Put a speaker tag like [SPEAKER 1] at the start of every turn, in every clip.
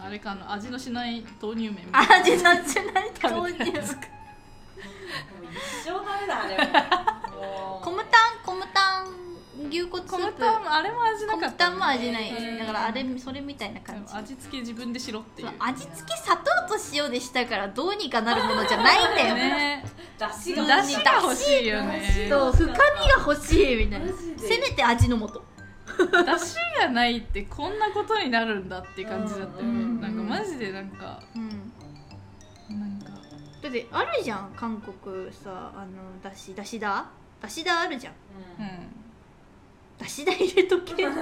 [SPEAKER 1] あれかあの味のしない豆乳麺
[SPEAKER 2] 味のしない豆
[SPEAKER 1] 食べ
[SPEAKER 2] 乳
[SPEAKER 1] てないです
[SPEAKER 3] 一生ダメだあれも
[SPEAKER 2] コム
[SPEAKER 3] も
[SPEAKER 2] タンコムタン牛骨スープ
[SPEAKER 1] コムタンもあれも味な
[SPEAKER 2] コ
[SPEAKER 1] か
[SPEAKER 2] ム
[SPEAKER 1] った
[SPEAKER 2] タンも味ない
[SPEAKER 1] うん
[SPEAKER 2] だからあれそれみたいな感じ
[SPEAKER 1] 味付け自分でしろっていう
[SPEAKER 2] そう味付け砂糖と塩でしたからどうにかなるものじゃないんだよ
[SPEAKER 1] ね
[SPEAKER 3] うだし
[SPEAKER 1] 出
[SPEAKER 3] が
[SPEAKER 1] 汁
[SPEAKER 2] だ
[SPEAKER 1] が
[SPEAKER 2] し
[SPEAKER 1] 欲しいよね
[SPEAKER 2] そう深みが欲しいみたいな
[SPEAKER 3] マジで
[SPEAKER 2] せめて味の素
[SPEAKER 1] 出汁がないってこんなことになるんだっていう感じだったよ
[SPEAKER 3] う
[SPEAKER 1] ね
[SPEAKER 2] ん
[SPEAKER 1] なんかマジでなんか
[SPEAKER 2] うん
[SPEAKER 1] なんか
[SPEAKER 2] だってあるじゃん韓国さあのだしだしだだしだあるじゃん
[SPEAKER 1] う
[SPEAKER 3] うん
[SPEAKER 1] ん
[SPEAKER 2] だしだ入れとけ
[SPEAKER 3] いやー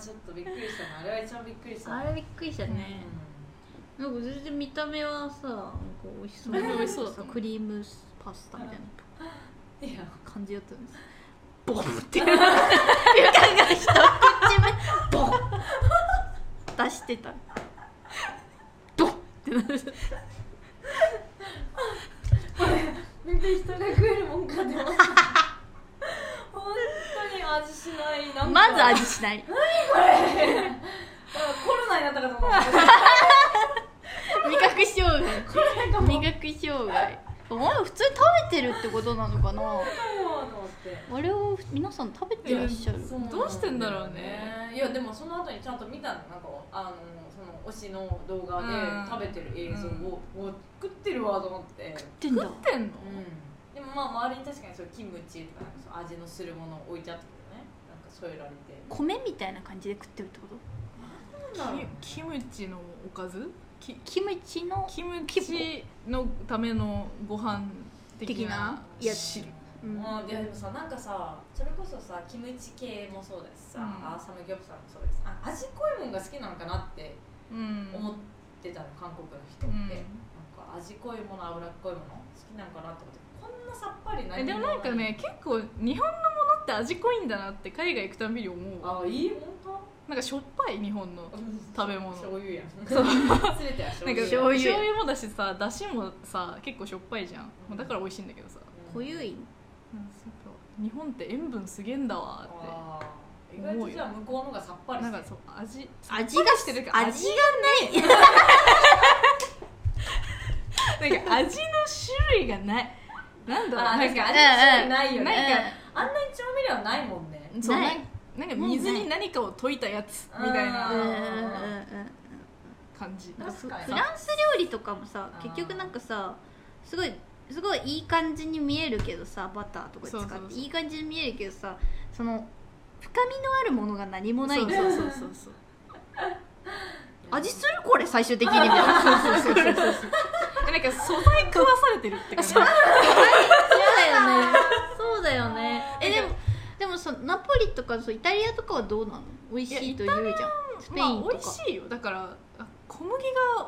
[SPEAKER 3] ちょっとびっくりしたなあれは一番びっくりした
[SPEAKER 2] あれびっくりした
[SPEAKER 3] うん
[SPEAKER 2] ねなんか全然見た目はさなんか美味しそう
[SPEAKER 1] あれ美味しそうだったね
[SPEAKER 2] クリームパスタみたいない
[SPEAKER 3] や
[SPEAKER 2] 感じだったんですボンっていうゆかが一口目ボン出してたボンってなる
[SPEAKER 3] なんで人が食えるもんかね本当に味しないなんか
[SPEAKER 2] まず
[SPEAKER 3] なんか
[SPEAKER 2] 味しない
[SPEAKER 3] コロナになったかと思った
[SPEAKER 2] 味覚障害
[SPEAKER 3] これなんかもう
[SPEAKER 2] 味覚障害お前普通に食べてるってことなのかな
[SPEAKER 3] よと思って
[SPEAKER 2] あれを皆さん食べてらっしゃる
[SPEAKER 3] そうなんだよ
[SPEAKER 1] どうしてんだろうね
[SPEAKER 3] いやでもその後にちゃんと見たのなんかあのその推しの動画で
[SPEAKER 1] うん
[SPEAKER 3] 食べてる映像を、うわ食ってるわと思って、
[SPEAKER 2] 食ってんだ
[SPEAKER 1] 食ってんの
[SPEAKER 3] うん、でもまあ周りに確かにそうキムチとかなんかそう味のするものを置いてあったけどねなんか添えられて
[SPEAKER 2] 米みたいな感じで食ってるってこと
[SPEAKER 1] キキムチのおかずき
[SPEAKER 2] キムチの
[SPEAKER 1] キムチのためのご飯的な
[SPEAKER 2] 的なやつ
[SPEAKER 1] 汁
[SPEAKER 2] うん
[SPEAKER 3] うん、いやでもさなんかさそれこそさキムチ系もそうだしさ、
[SPEAKER 1] うん
[SPEAKER 3] あサムギョプサルもそうですあ味濃いもんが好きなのかなって
[SPEAKER 1] うん
[SPEAKER 3] 思ってたの韓国の人
[SPEAKER 1] う
[SPEAKER 3] って、
[SPEAKER 1] ん
[SPEAKER 3] なんか味濃いもの脂っこいもの好きなのかなって思ってこんなさっぱりな
[SPEAKER 1] えでもなんかね結構日本のものって味濃いんだなって海外行くたびに思うわ
[SPEAKER 3] あいい本
[SPEAKER 1] なんかしょっぱい日本の
[SPEAKER 3] 当
[SPEAKER 1] 食べ物
[SPEAKER 3] 醤油やん
[SPEAKER 1] そう
[SPEAKER 3] 全ては
[SPEAKER 1] なん
[SPEAKER 3] 醤
[SPEAKER 1] か醤
[SPEAKER 2] 醤
[SPEAKER 3] 油
[SPEAKER 1] 油
[SPEAKER 2] 油
[SPEAKER 1] もだしさだしもさ結構しょっぱいじゃん、まあだから美味しいんだけどさ、
[SPEAKER 2] 濃ゆい
[SPEAKER 1] なんか日本って塩分すげえんだわっ
[SPEAKER 3] あー意外とじゃあ向こうの方がさっぱ
[SPEAKER 1] て
[SPEAKER 3] り
[SPEAKER 1] なん
[SPEAKER 3] して
[SPEAKER 1] か
[SPEAKER 3] る
[SPEAKER 1] そう味
[SPEAKER 2] 味
[SPEAKER 1] さっぱ
[SPEAKER 2] が
[SPEAKER 1] りしてるから
[SPEAKER 2] 味がない
[SPEAKER 1] なんか味の種類がないなんだろう
[SPEAKER 3] あー
[SPEAKER 1] なん
[SPEAKER 3] 確か
[SPEAKER 1] か
[SPEAKER 3] に味の種類ないよ
[SPEAKER 1] な
[SPEAKER 3] ね
[SPEAKER 1] んか
[SPEAKER 3] あんなに調味料ないもんね
[SPEAKER 1] そう
[SPEAKER 2] な
[SPEAKER 1] ないなんか水に何かを溶いたやつみたい
[SPEAKER 2] うんうん
[SPEAKER 1] な
[SPEAKER 2] うん
[SPEAKER 1] 感じ
[SPEAKER 2] うん
[SPEAKER 3] 確かに
[SPEAKER 2] フランス料理とかもさ結局なんかさすごいすごいいい感じに見えるけどさバターとか使
[SPEAKER 1] そうそう
[SPEAKER 2] っ
[SPEAKER 1] そう
[SPEAKER 2] ていい感じに見えるけどさその深みのあるものが何もないんだ
[SPEAKER 1] そう
[SPEAKER 2] よ
[SPEAKER 1] そうそうそう
[SPEAKER 2] 味するこれ最終的にみたい なそうそうそうそう
[SPEAKER 1] えなんか素材食わされてるって感じ
[SPEAKER 2] そうだよねえでもでもさナポリとかそうイタリアとかはどうなの美味しいと言うじゃんスペイン
[SPEAKER 1] まあ
[SPEAKER 2] とか、
[SPEAKER 1] 美味しいよだからあ小麦が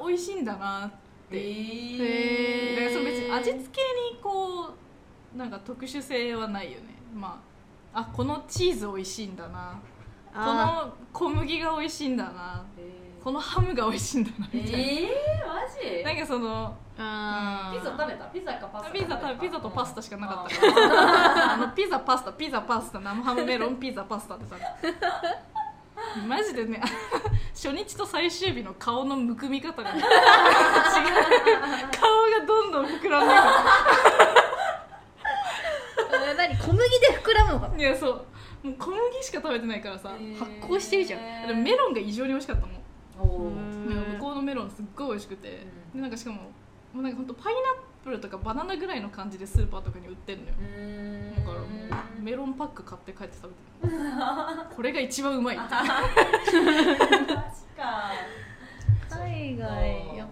[SPEAKER 1] 美味しいんだなって
[SPEAKER 2] へー
[SPEAKER 1] だからその別に味付けにこうなんか特殊性はないよねまああこのチーズ美味しいんだなこ
[SPEAKER 2] あ
[SPEAKER 1] の小麦が美味しいんだな
[SPEAKER 3] えー
[SPEAKER 1] このハムが美味しいんだな
[SPEAKER 3] え
[SPEAKER 1] みたい
[SPEAKER 3] ー、マジ
[SPEAKER 1] ななんかその
[SPEAKER 2] ーあー
[SPEAKER 3] ピザ食べたピザかパスタ
[SPEAKER 1] ピザたピザとパスタしかなかった
[SPEAKER 3] たから
[SPEAKER 1] あのピザパスタピザパスタ生ハムメロンピザパスタってさマジでね 初日と最終日の顔のむくみ方が違う顔がどんどん膨らんでくる
[SPEAKER 2] えー何小麦で膨らむのかない
[SPEAKER 1] やそうもう小麦しか食べてないからさ、
[SPEAKER 2] 発酵してるじゃん
[SPEAKER 1] でもメロンが異常に美味しかったもん、
[SPEAKER 3] ロおー
[SPEAKER 1] なんか向こうのメロンすっごい美味しくて、
[SPEAKER 3] う
[SPEAKER 1] で
[SPEAKER 3] ん
[SPEAKER 1] なんかしかももうなんかほんとパイナップルとかバナナぐらいの感じでスーパーとかに売ってんのよ
[SPEAKER 3] うーん
[SPEAKER 1] だからもうメロンパック買って帰って食べてるこれが一番うまいって
[SPEAKER 3] マジか
[SPEAKER 2] 海
[SPEAKER 3] うん
[SPEAKER 2] や
[SPEAKER 1] い
[SPEAKER 2] 海
[SPEAKER 1] や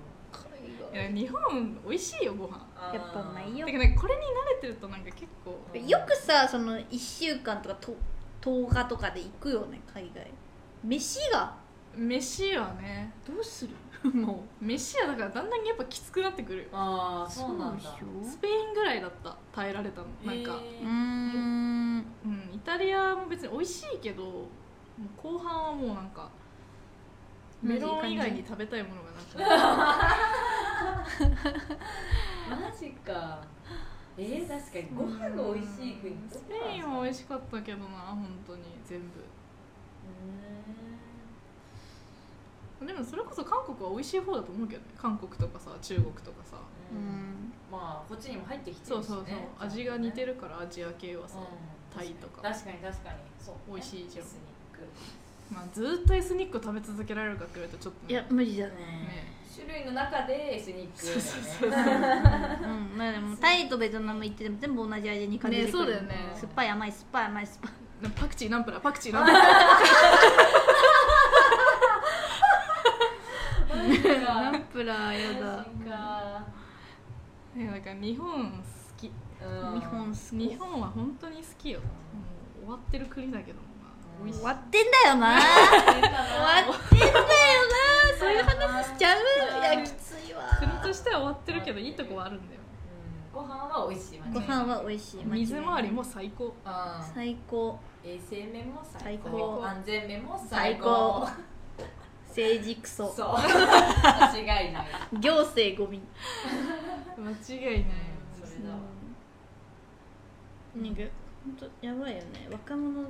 [SPEAKER 1] 日本美味しいよご飯
[SPEAKER 3] あ
[SPEAKER 2] 外
[SPEAKER 3] ー
[SPEAKER 2] やっぱないよ
[SPEAKER 1] てかなんかこれに慣れてるとなんか結構
[SPEAKER 2] よくさその1週間とかと10日とかで行くよね海外飯が
[SPEAKER 1] 飯はね
[SPEAKER 2] どうす るも
[SPEAKER 1] 飯はだからだんだんやっぱきつくなってくるよ
[SPEAKER 3] あ
[SPEAKER 2] う
[SPEAKER 3] ーそうなんだ
[SPEAKER 1] スペインぐらいだった耐えられたのなんか、
[SPEAKER 2] うーん
[SPEAKER 1] うん、イタリアも別に美味しいけどもう後半はもうなんかメロン以外に食べたいものがなくなる
[SPEAKER 3] マジかえー、確かに ご飯が美味しい国
[SPEAKER 1] スペインは美味しかったけどな本当に全部でもそれこそ韓国は美味しい方だと思うけどね韓国とかさ中国とかさ
[SPEAKER 3] う
[SPEAKER 2] うんん
[SPEAKER 3] まあこっちにも入ってきてるし、ね、
[SPEAKER 1] そうそうそう味が似てる
[SPEAKER 3] る
[SPEAKER 1] からアジア系はさ、タイとか
[SPEAKER 3] 確かに確かにそう
[SPEAKER 1] 美味しいじゃん
[SPEAKER 3] エスニック
[SPEAKER 1] まあ、ずっとエスニックを食べ続けられるかって言われたらちょっと
[SPEAKER 2] い
[SPEAKER 1] ね
[SPEAKER 2] や無理だね
[SPEAKER 1] ね
[SPEAKER 3] 種類の中でエスニックだよね
[SPEAKER 1] そうそうそう
[SPEAKER 2] うんまあでもタイとベトナム行ってでも全部同じ味に感じてく
[SPEAKER 1] ねそ
[SPEAKER 2] る
[SPEAKER 1] うだよね
[SPEAKER 2] 酸っぱい甘い酸っぱい甘い酸っぱい
[SPEAKER 1] でもパクチーナンプラーパクチーナンプラー
[SPEAKER 3] な
[SPEAKER 2] ナ
[SPEAKER 3] んか
[SPEAKER 2] ンプラーやだ
[SPEAKER 3] なんか
[SPEAKER 1] ねだから日本好き
[SPEAKER 3] うん
[SPEAKER 2] 日本好き
[SPEAKER 1] 日本は本当に好きよもう終わってる国だけどもな美味しい
[SPEAKER 2] 終わってんだよ な終わってんだよなそういう話しちゃういやきついわ
[SPEAKER 1] 国としては終わってるけどいいとこはあるんだよ
[SPEAKER 3] ご飯は美味しい
[SPEAKER 2] ご飯は美味しい間違い
[SPEAKER 1] 水回りも最高
[SPEAKER 3] うん
[SPEAKER 2] 最高
[SPEAKER 3] 衛生面も最
[SPEAKER 2] 最
[SPEAKER 3] 高
[SPEAKER 2] 高
[SPEAKER 3] 安全面も最
[SPEAKER 2] 最
[SPEAKER 3] 高
[SPEAKER 2] 高政治クソ
[SPEAKER 3] そう間違 いない
[SPEAKER 2] 行政ゴミ
[SPEAKER 1] 間違いない
[SPEAKER 3] それ
[SPEAKER 2] う
[SPEAKER 3] だわ
[SPEAKER 2] んなんか本当やばいよね若者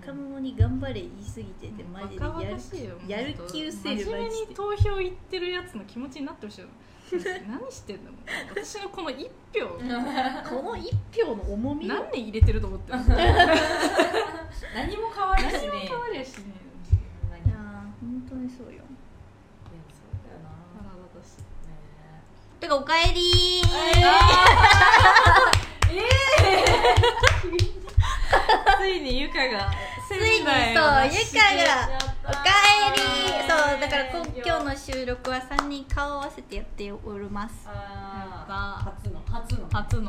[SPEAKER 2] 若者に頑張れ言い過ぎててマジで
[SPEAKER 1] バカ
[SPEAKER 2] や
[SPEAKER 1] バ
[SPEAKER 2] る
[SPEAKER 1] カしいよ
[SPEAKER 2] やる気うせる
[SPEAKER 1] 真面目
[SPEAKER 2] マジ
[SPEAKER 1] に
[SPEAKER 2] で
[SPEAKER 1] 投票行ってるやつの気持ちになってほしい の何してんだもん私のこの一票
[SPEAKER 2] この一票の重みを
[SPEAKER 1] 何年入れてると思 ってる
[SPEAKER 3] 何も変わらしね
[SPEAKER 1] 何も変わりゃしね
[SPEAKER 3] 何
[SPEAKER 2] い
[SPEAKER 3] で
[SPEAKER 2] やー
[SPEAKER 3] も
[SPEAKER 2] 本当にそうよ
[SPEAKER 3] そうだよな
[SPEAKER 1] え腹立たしい
[SPEAKER 3] ね
[SPEAKER 2] てかおかえりー、
[SPEAKER 3] え
[SPEAKER 1] ついにゆかが
[SPEAKER 2] ついにそうゆかがおかえりーそうだから今今日の収録は3人顔を合わせてやっております
[SPEAKER 3] あー初の初のい
[SPEAKER 1] 初のね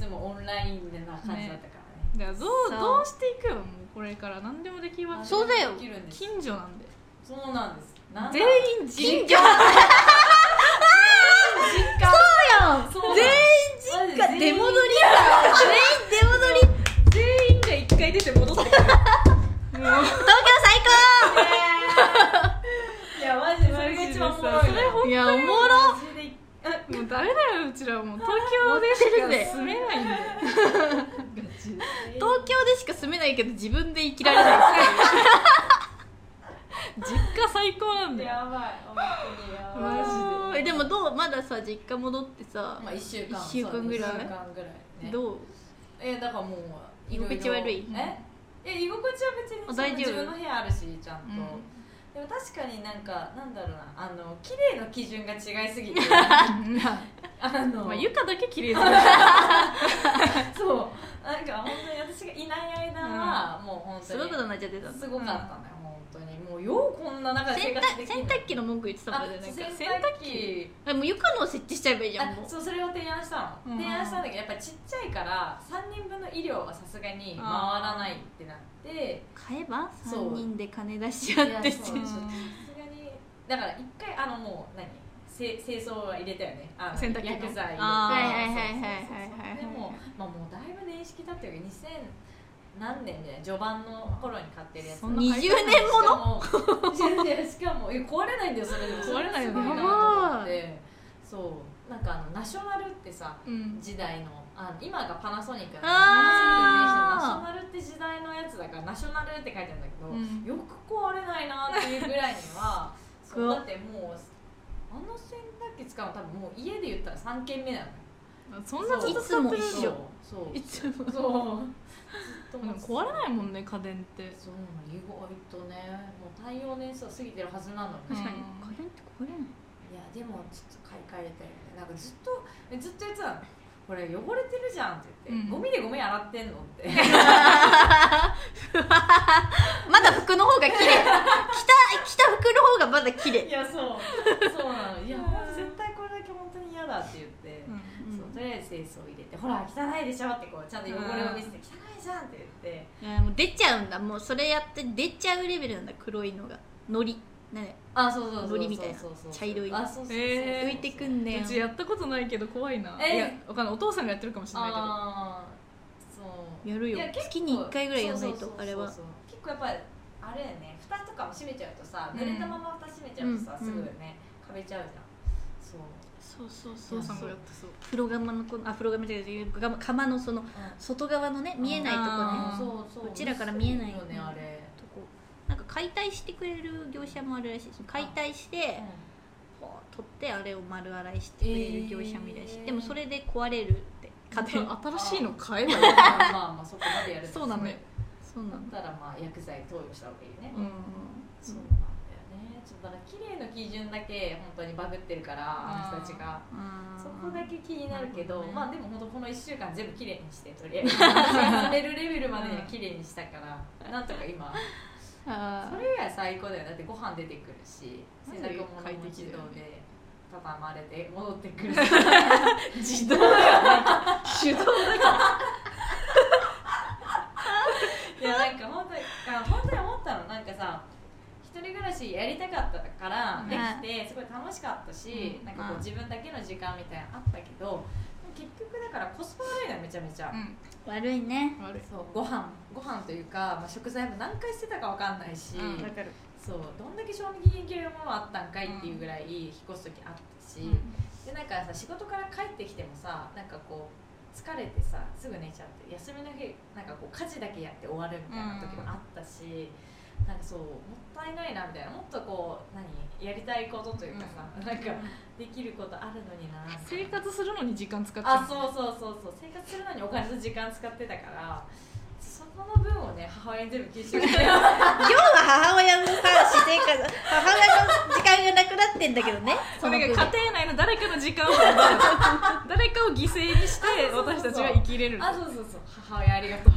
[SPEAKER 3] つもオンラインでな感じだったからね
[SPEAKER 1] だからどう
[SPEAKER 2] そう
[SPEAKER 1] どうしていくよもうこれから何でもできるわけ
[SPEAKER 2] そうだよ
[SPEAKER 3] できるんです
[SPEAKER 1] 近所なんで
[SPEAKER 3] そうなんですなんだ
[SPEAKER 1] 全員人
[SPEAKER 2] 近所
[SPEAKER 3] 実家
[SPEAKER 2] そう
[SPEAKER 3] そ
[SPEAKER 2] や
[SPEAKER 3] うんだ
[SPEAKER 2] 全員実家
[SPEAKER 3] よ
[SPEAKER 2] 出戻りだ全員出戻り
[SPEAKER 1] 全員が一回出て戻ってくるもう
[SPEAKER 2] 東京最高
[SPEAKER 3] いやマジでそれが一番おもろい
[SPEAKER 1] それ本当に
[SPEAKER 2] いやお
[SPEAKER 1] ろ
[SPEAKER 2] も
[SPEAKER 3] マジで
[SPEAKER 1] もうダメだようちらはもう東京でしか住めないんだよ ガチで
[SPEAKER 2] 東京でしか住めないけど自分で生きられない
[SPEAKER 1] 実家最高なんだよ
[SPEAKER 3] やばい本当にやばい
[SPEAKER 1] マジ
[SPEAKER 2] えでもどうまださ実家戻ってさ、
[SPEAKER 3] まあ一週間
[SPEAKER 2] 一週間ぐらい
[SPEAKER 3] そう一週間ぐらいね
[SPEAKER 2] どう
[SPEAKER 3] えだからもう
[SPEAKER 2] 居心地悪い
[SPEAKER 3] ろろええ居心地は別に
[SPEAKER 2] あ大丈夫
[SPEAKER 3] 自分の部屋あるしちゃんと、
[SPEAKER 1] うん
[SPEAKER 3] でも確かになんかなんだろうなあの綺麗の基準が違いす ぎてあの、
[SPEAKER 1] まあゆかだけ綺麗だ
[SPEAKER 3] そうなんか本当に私がいない間は、もう本当
[SPEAKER 2] す
[SPEAKER 3] に
[SPEAKER 2] ごいことになっちゃってた
[SPEAKER 3] すごかったのよ、本当にもうようこんな中で
[SPEAKER 2] 洗
[SPEAKER 3] 生活で
[SPEAKER 2] 濯
[SPEAKER 3] きる
[SPEAKER 2] 洗濯機の文句言ってたもんねなんか
[SPEAKER 3] あ洗
[SPEAKER 1] 洗
[SPEAKER 3] 濯
[SPEAKER 1] 濯
[SPEAKER 3] 機
[SPEAKER 2] えもう床のを設置しちゃえばいいじゃんも
[SPEAKER 3] あ
[SPEAKER 2] う
[SPEAKER 3] そうそれを提案したの、
[SPEAKER 1] うん
[SPEAKER 3] 提案したんだけどやっぱちっちゃいから3人分の医療はさすがに回らないってなって
[SPEAKER 2] 買えば
[SPEAKER 3] そう
[SPEAKER 2] 3人で金出し合って
[SPEAKER 3] いや
[SPEAKER 2] て
[SPEAKER 3] そうさすがにだから一回あのもう何せ清掃は入れたよねあの
[SPEAKER 1] 洗濯機の
[SPEAKER 3] 薬剤入れて
[SPEAKER 1] あー
[SPEAKER 2] はいはいはいはいはいはい
[SPEAKER 3] そうそうそうそうでも、まあ、もうだいぶ年式だってるけど2000何年みたいな序盤の頃に買ってるやつ
[SPEAKER 1] そんな
[SPEAKER 2] 20年もの
[SPEAKER 3] もの いやいやしかもえ壊れないんだよそれでも
[SPEAKER 1] 壊れないよね
[SPEAKER 3] そすごなと思ってそうなんかあのナショナルってさ
[SPEAKER 1] うん
[SPEAKER 3] 時代のあの今がパナソニックだ
[SPEAKER 2] あー
[SPEAKER 3] パナソニックの電子のナショナルって時代のやつだからナショナルって書いてあるんだけど、
[SPEAKER 1] うん
[SPEAKER 3] よく壊れないなっていうぐらいに は
[SPEAKER 2] ご
[SPEAKER 3] そうだってもうあの洗濯機使うの多分もう家で言ったら3軒目なのよ
[SPEAKER 1] そんなずっと使ってる
[SPEAKER 2] いつも一緒
[SPEAKER 3] そうそう
[SPEAKER 2] いつも
[SPEAKER 3] そうずっと
[SPEAKER 1] でも壊れないもんね家電って
[SPEAKER 3] そう意外とねもう対応年数は過ぎてるはずなのに、
[SPEAKER 1] うん
[SPEAKER 2] 確かにこれってこれない
[SPEAKER 3] いやでもちょっと買い替えたいよねなんかずっとえずっと言ってたのこれ汚れてるじゃんって言って、
[SPEAKER 1] うん
[SPEAKER 3] ゴミでゴミ洗ってんのって
[SPEAKER 2] まだ服の方が綺麗着た着た服の方がまだ綺麗
[SPEAKER 3] いやそうそうなのいやもう絶対これだけ本当に嫌だって言って、
[SPEAKER 1] うん
[SPEAKER 2] うん
[SPEAKER 3] そうとりあえず清掃入れてほら汚いでしょってこうちゃんと汚れを見せて汚いじゃんって言って
[SPEAKER 2] いやもう出ちゃうんだもうそれやって出ちゃうレベルなんだ黒いのがのりね
[SPEAKER 3] あそうそうそう
[SPEAKER 2] のりみたいな
[SPEAKER 3] そうそうそう
[SPEAKER 2] 茶色い
[SPEAKER 3] あそうそうそう
[SPEAKER 1] えー
[SPEAKER 2] 浮いてくんね
[SPEAKER 1] うちやったことないけど怖いな、
[SPEAKER 3] え
[SPEAKER 1] いやわかんないお父さんがやってるかもしれないけど
[SPEAKER 3] あーそう
[SPEAKER 2] やるよ
[SPEAKER 3] い結構
[SPEAKER 2] 月に一回ぐらいやんないと
[SPEAKER 3] そうそうそうそう
[SPEAKER 2] あれは
[SPEAKER 3] 結構やっぱりあれやね蓋とかも閉めちゃうとさ濡れたまま蓋閉めちゃうとさ、
[SPEAKER 2] うん
[SPEAKER 3] すぐねかべちゃうじゃんそう
[SPEAKER 2] そうそ
[SPEAKER 1] 父
[SPEAKER 2] うそう
[SPEAKER 1] さん
[SPEAKER 2] そ
[SPEAKER 1] がやっ
[SPEAKER 2] う
[SPEAKER 1] てそう
[SPEAKER 2] 風呂釜のこのあ風呂釜じゃない釜釜のその外側のね見えないとこ
[SPEAKER 1] あ
[SPEAKER 2] ね
[SPEAKER 1] ー
[SPEAKER 3] そうそう
[SPEAKER 2] うちらから見えない
[SPEAKER 3] よねあれ
[SPEAKER 2] とこなんか解体してくれる業者もあるらしいです解体してこう取ってあれを丸洗いしてくれる業者もいるらしい、
[SPEAKER 3] えー
[SPEAKER 2] でもそれで壊れるって勝手に
[SPEAKER 1] 新しいの買えばよ
[SPEAKER 3] まあまあまあそこまでやると
[SPEAKER 1] そうなのよ
[SPEAKER 2] そう
[SPEAKER 3] だ
[SPEAKER 2] なん
[SPEAKER 3] っ
[SPEAKER 2] だ
[SPEAKER 3] たらまあ薬剤投与した方がいいね
[SPEAKER 1] うん
[SPEAKER 3] そうなんだよねちょっとだから綺麗の基準だけ本当にバグってるから
[SPEAKER 1] あ
[SPEAKER 3] あ
[SPEAKER 1] ー
[SPEAKER 3] の人たちが
[SPEAKER 2] うん
[SPEAKER 3] そこだけ気になるけど
[SPEAKER 1] なるほどね
[SPEAKER 3] まあでも本当この1週間全部綺麗にしてとりあ えず忘れるレベルまでには綺麗にしたからなんとか今
[SPEAKER 1] あ
[SPEAKER 3] それ以外最高だよだってご飯出てくるし
[SPEAKER 1] マ
[SPEAKER 3] 洗
[SPEAKER 1] ジで
[SPEAKER 3] 濯物も
[SPEAKER 1] 快
[SPEAKER 3] 自
[SPEAKER 1] 適だよ
[SPEAKER 3] 動
[SPEAKER 1] ね
[SPEAKER 3] で畳まれて戻っ てくる
[SPEAKER 1] ー自動だよなんか手動だよ
[SPEAKER 3] いやなんか本当にあ本当に思ったのなんかさ一人暮らしやりたかったから
[SPEAKER 1] うん
[SPEAKER 3] できてすごい楽しかったし、
[SPEAKER 1] うん
[SPEAKER 3] なんかこ
[SPEAKER 2] うん
[SPEAKER 3] う自分だけの時間みたいなのあったけど結局だからコスパ悪いのよめちゃめちゃ、
[SPEAKER 1] うん
[SPEAKER 2] 悪いね
[SPEAKER 1] 悪い
[SPEAKER 3] そうご飯ご飯というか、まあ、食材も何回してたかわかんないし、
[SPEAKER 1] うん
[SPEAKER 2] かる
[SPEAKER 3] そうどんだけ賞味期限切れのものあったんかいっていうぐらい引っ越す時あったし、でなんかさ仕事から帰ってきてもさなんかこう疲れてさすぐ寝ちゃって休みの日なんかこう家事だけやって終わるみたいな時もあったし、なんかそうもったいないなみたいなもっとこう何やりたいことというかさ、なんかできることあるのになみたいな
[SPEAKER 1] 生活するのに時間使っちゃう
[SPEAKER 3] あそうそうそうそう生活するのにお金と時間使ってたからそこの分をね母親に全部吸収し
[SPEAKER 2] 今
[SPEAKER 3] て
[SPEAKER 2] 日は母親のさ私生活母親の時間がなくなってんだけどね
[SPEAKER 1] それ
[SPEAKER 2] 分
[SPEAKER 1] が家庭内の誰かの時 間を奪う誰かを犠牲にして
[SPEAKER 3] あそうそうそう
[SPEAKER 1] 私たちが生きれる
[SPEAKER 3] あそうそうそう母親ありがとう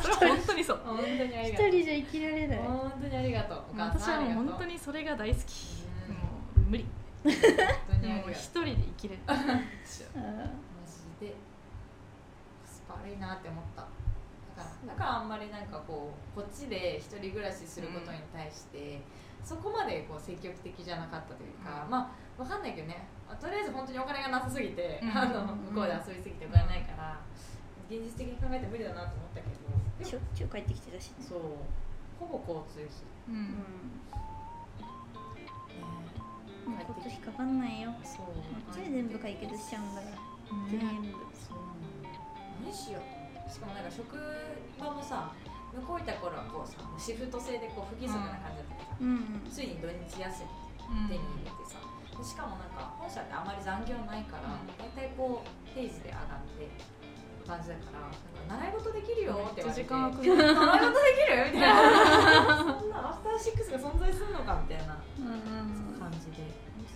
[SPEAKER 1] それは本当にそう
[SPEAKER 3] 本当にあり
[SPEAKER 2] 一
[SPEAKER 3] がとう
[SPEAKER 2] 人じゃ生きられない
[SPEAKER 3] 本当にありがとうお母
[SPEAKER 1] 私
[SPEAKER 3] さん
[SPEAKER 1] は
[SPEAKER 3] ありが
[SPEAKER 1] も
[SPEAKER 3] とう
[SPEAKER 1] う本当にそれが大好き
[SPEAKER 3] うん
[SPEAKER 1] もう無理
[SPEAKER 3] 本当にあ
[SPEAKER 1] もう
[SPEAKER 3] りがとう
[SPEAKER 1] 一人で生きれる
[SPEAKER 2] うん
[SPEAKER 3] マジでコスパ悪いなって思っただからだからあんまりなんかこうこっちで一人暮らしすることに対して、そこまでこう積極的じゃなかったというか、
[SPEAKER 1] うん
[SPEAKER 3] まあわかんないけどねあとりあえず本当にお金がなさすぎて、
[SPEAKER 1] うん
[SPEAKER 3] あの向こうで遊びすぎてお金ないから、現実的に考えて無理だなと思ったけど
[SPEAKER 2] し
[SPEAKER 3] で
[SPEAKER 2] ょ
[SPEAKER 3] も
[SPEAKER 2] っちゅう帰ってきてたしね
[SPEAKER 3] そうほぼ交通
[SPEAKER 1] うん
[SPEAKER 2] うん
[SPEAKER 3] 費、
[SPEAKER 2] もう今年かかんないよこ
[SPEAKER 3] そう
[SPEAKER 2] っちで全部解決しちゃうんだから全部
[SPEAKER 3] そうなの何しようしかもなんか職場もさ向こういた頃はこうさシフト制でこう不規則な感じだったけ
[SPEAKER 2] うん
[SPEAKER 3] どさ、ついに土日休
[SPEAKER 1] うん
[SPEAKER 3] み手に入れてさでしかもなんか本社ってあまり残業ないから、
[SPEAKER 1] うん
[SPEAKER 3] 大体こう定時で上がって感じだからなんか習い事できるよって言
[SPEAKER 1] めっ
[SPEAKER 3] われて
[SPEAKER 1] ちゃ時間空く
[SPEAKER 3] 習い事できるみたいな そんなアフターシックスが存在するのかみたいな
[SPEAKER 2] うんうんうん
[SPEAKER 3] 感じで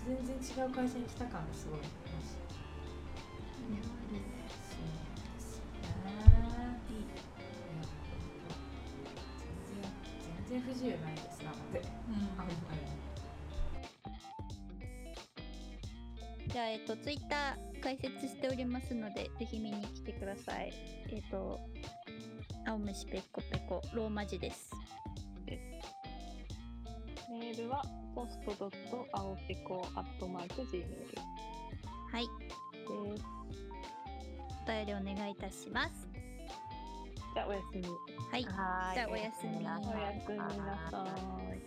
[SPEAKER 3] 全然違う会社に来た感がすごいありましたそうなんですよね。いい。全然全然不自由ないですな ので。
[SPEAKER 1] うん
[SPEAKER 2] じゃあ、えっと、ツイッター開設しておりますので、ぜひ見に来てください。えっと、青虫ペコペコ、ローマ字です。
[SPEAKER 4] メールは post.aopeco.gmail で
[SPEAKER 2] はい、
[SPEAKER 4] す。
[SPEAKER 2] お便りお願いいたします。
[SPEAKER 4] じゃあおやすみ。
[SPEAKER 2] はい、じ
[SPEAKER 3] は
[SPEAKER 2] ゃあおやすみ。
[SPEAKER 4] おやすみなさい。